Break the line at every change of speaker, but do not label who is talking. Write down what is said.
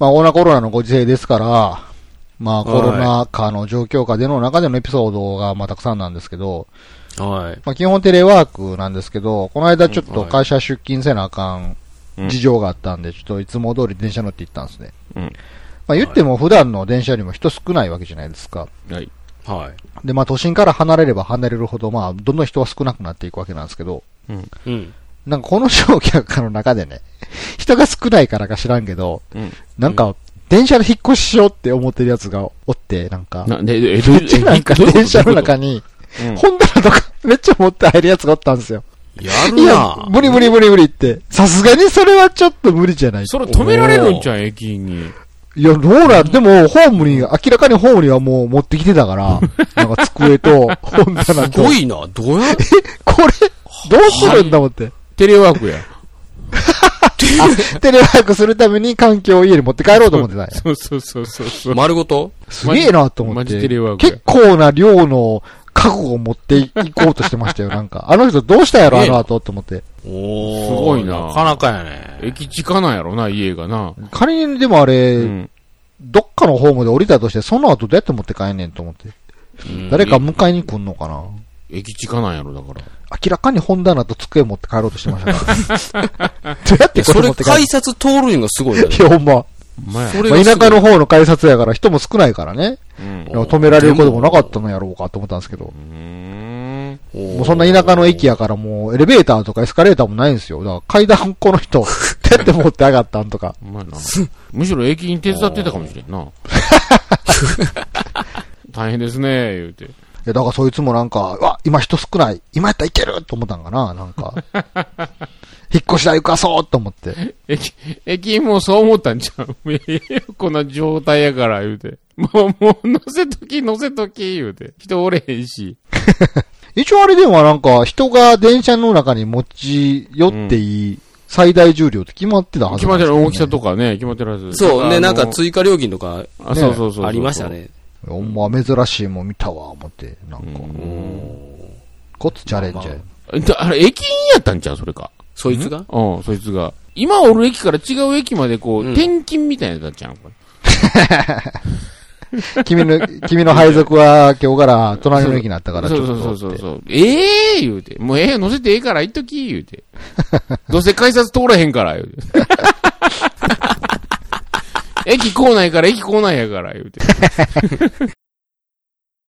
まあ、オーナーコロナのご時世ですから、まあ、コロナ禍の状況下での中でのエピソードが、まあ、たくさんなんですけど、
はい。
まあ、基本テレワークなんですけど、この間ちょっ
う
と
んはい
会社出勤せなあかん事情があったんで、ちょっといつも通り電車乗って行ったんですね。
うん
まあ、言っても普段の電車よりも人少ないわけじゃないですか。
はい。
は
で、まあ、都心から離れれば離れるほど、まあ、どんどん人は少なくなっていくわけなんですけど、
うん。
い。うん。
なんかこの乗客の中でね、 人が少ないからか知らんけど、
うん。
なんか、電車で引っ越ししようって思ってるやつがおって、なんか、
な、で、え、どう
め
い
っちゃなんか
どういうこと
電車の
ど
中に、
ういうこ
本棚とかめっちゃ持って入るやつがおったんですよ。
や
い
る
や、
な
無理無理無理無理って。さすがにそれはちょっと無理じゃない。
それ止められるんじゃん、駅員 に。
いや、どうなんでも、ホームに、明らかにホームにはもう持ってきてたから、 なんか机と本棚
す
と。
ごいな。どうや
これ、どうするんだ思って。
テレワークや。
あテレワークするために環境を家に持って帰ろうと思ってたんや。
そうそうそうそうそう。
丸ごと
すげえなと思っ
マジ
て
テレワー。クや
結構な量の覚悟を持っていこうとして ましたよ、なんか。あの人どうしたんやろ、あの後と思って。
お
ー
すごいな。
なかなかやね。
駅近なんやろな、家がな。
仮にでもあれ、
うん。
どっかのホームで降りたとして、その後どうやって持って帰んねんと思って。誰か迎えに来んのかな
駅近なんやろ、だから。
明らかに本棚と机持って帰ろうとしてまし たから。どうやっ
い
て
や
こ
そ
れ持
れ
って帰る
改札通るんがすごいよね。
いや、ほんま。
ま
それ
ま
が
あ、
す
田
ご
舎
い
の方の改札やから人も少ないからね。
うん
いや止められることもなかったのやろうかと思ったんですけど。
うん。
もうそんな田舎の駅やからもうエレベーターとかエスカレーターもないんですよ。だから階段この 人、手って持って上がったんとか。
お前な。むしろ駅員手伝ってたかもしれんな。大変ですね、言うて。
いや、だからそいつもなんか、うわ、今人少ない。今やったらいけると思ったんかな、なん か。引っ越し代浮かそうと思って。
駅、駅員もそう思ったんちゃう もうええよこんな状態やから、言うて。もう、もう、乗せとき、乗せとき、言うて。人おれへんし。
一応あれではなんか、人が電車の中に持ち寄っていい最大重量って決まってたはず
決
な
ま
ん
って
です
る
よね、
大きさとかね、決まってるはず。
そう、ね、
あの
なんか追加料金とか
あ、そうそうそう。
ありました。ね。
ほんま珍しいもん見たわ、思って。なんか、コツチャレンジャー。
だあれ、駅員やったんちゃうそれか。
そいつが
うん、そいつが。今おる駅から違う駅までこう、
うん
転勤みたいなやつだっちゃうこれ
君の、君の配属は今日から隣の駅になったからち
そ
ょ
う
っと
そ
っ
う
て。
そうそうそう。ええ言うて。もうええ乗せてええから行っとき言う て。どうせ改札通らへんから言うて。駅構内から駅構内やから言うて。